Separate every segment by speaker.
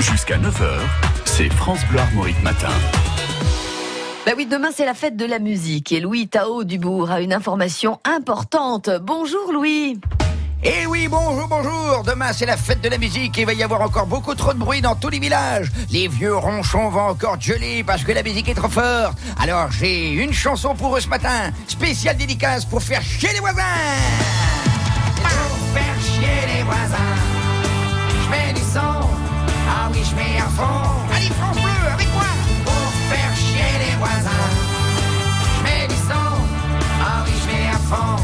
Speaker 1: Jusqu'à 9h, c'est France Gloire Maurice Matin.
Speaker 2: Bah oui, demain c'est la fête de la musique et Louis Tao Dubourg a une information importante. Bonjour Louis.
Speaker 3: Eh oui, bonjour, bonjour Demain, c'est la fête de la musique et il va y avoir encore beaucoup trop de bruit dans tous les villages. Les vieux ronchons vont encore geler parce que la musique est trop forte. Alors, j'ai une chanson pour eux ce matin, spéciale dédicace pour faire chier les voisins Pour faire chier les voisins, je mets du son, ah oui, je mets un fond. Allez, France Bleu, avec moi Pour faire chier les voisins, je mets du son, ah oui, je mets un fond.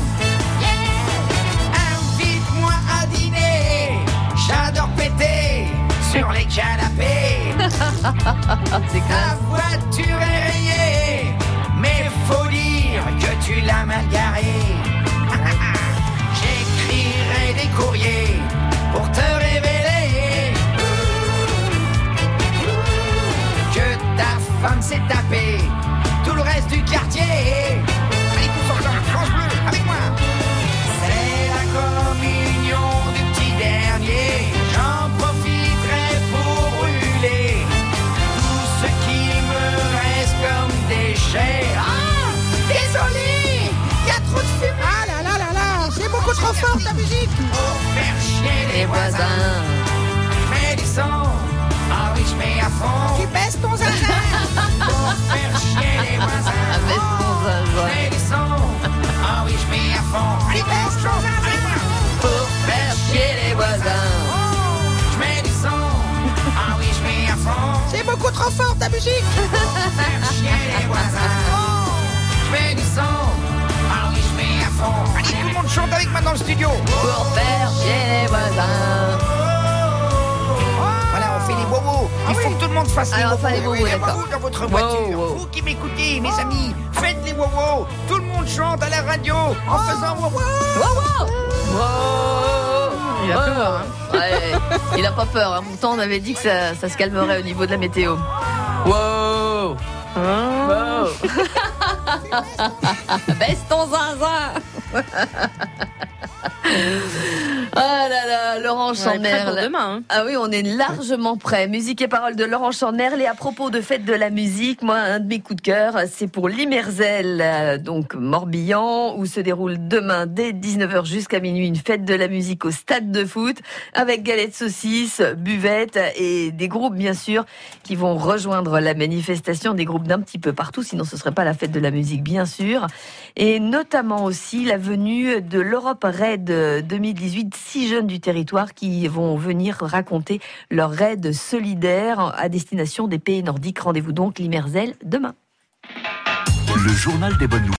Speaker 3: Invite-moi à dîner, j'adore péter sur les canapés.
Speaker 2: c'est
Speaker 3: Ta voiture est rayée, mais faut dire que tu l'as mal garée. J'écrirai des courriers pour te révéler que ta femme s'est tapée tout le reste du quartier. Allez, tous ensemble, France Bleu, avec moi. C'est la communion du petit dernier. J'en profiterai pour brûler tout ce qui me reste comme déchets. Ah Désolé Il y a trop de fumée
Speaker 4: Ah là là là là, c'est beaucoup trop fort ta musique
Speaker 3: pour faire chier les voisins. Je mets du sang, ah oui, je mets à fond.
Speaker 4: Tu baisses ton zinzin
Speaker 3: Pour faire chier les voisins.
Speaker 2: Baisse ton zinzin.
Speaker 3: Je mets du sang, ah oui, je mets à fond. Allez, baisse ton zinzin. Pour faire chier les voisins. Je mets du sang, ah oui, je mets à fond.
Speaker 4: C'est beaucoup trop fort ta musique Oh.
Speaker 3: Faire chier les voisins. Je mets du sang, ah oui, je mets à fond. Allez, Ah, tout le monde chante avec moi dans le studio.
Speaker 2: Pour faire chier les voisins.
Speaker 3: Voilà, on fait les bobos. Il faut que tout le monde fasse
Speaker 2: Alors,
Speaker 3: les bobos.
Speaker 2: enfin, les bobos,
Speaker 3: Oui,
Speaker 2: d'accord.
Speaker 3: bobos dans votre
Speaker 2: Wow,
Speaker 3: voiture.
Speaker 2: wow.
Speaker 3: Vous qui m'écoutez, mes amis, faites les bobos. Tout le monde chante à la radio en faisant wow.
Speaker 2: Wow, wow. Il a peur. hein. il a pas peur. hein. Pourtant, on avait dit que ça, ça se calmerait au niveau de la météo. Wow. Baisse ton zinzin. Ah là là, Laurent Chanmerle. Ah oui, on est largement prêt. Musique et paroles de Laurent Chanderle. Et à propos de fête de la musique, moi, un de mes coups de cœur, c'est pour l'Imerzel, euh, donc Morbihan, où se déroule demain dès 19h jusqu'à minuit une fête de la musique au stade de foot, avec galettes saucisses, buvettes et des groupes, bien sûr, qui vont rejoindre la manifestation, des groupes d'un petit peu partout, sinon ce serait pas la fête de la musique, bien sûr. Et notamment aussi la venue de l'Europe Raid 2018, six jeunes du territoire qui vont venir raconter leur raid solidaire à E destination des pays nordiques. Rendez-vous donc l'Imerzel demain.
Speaker 1: Le journal des bonnes nouvelles.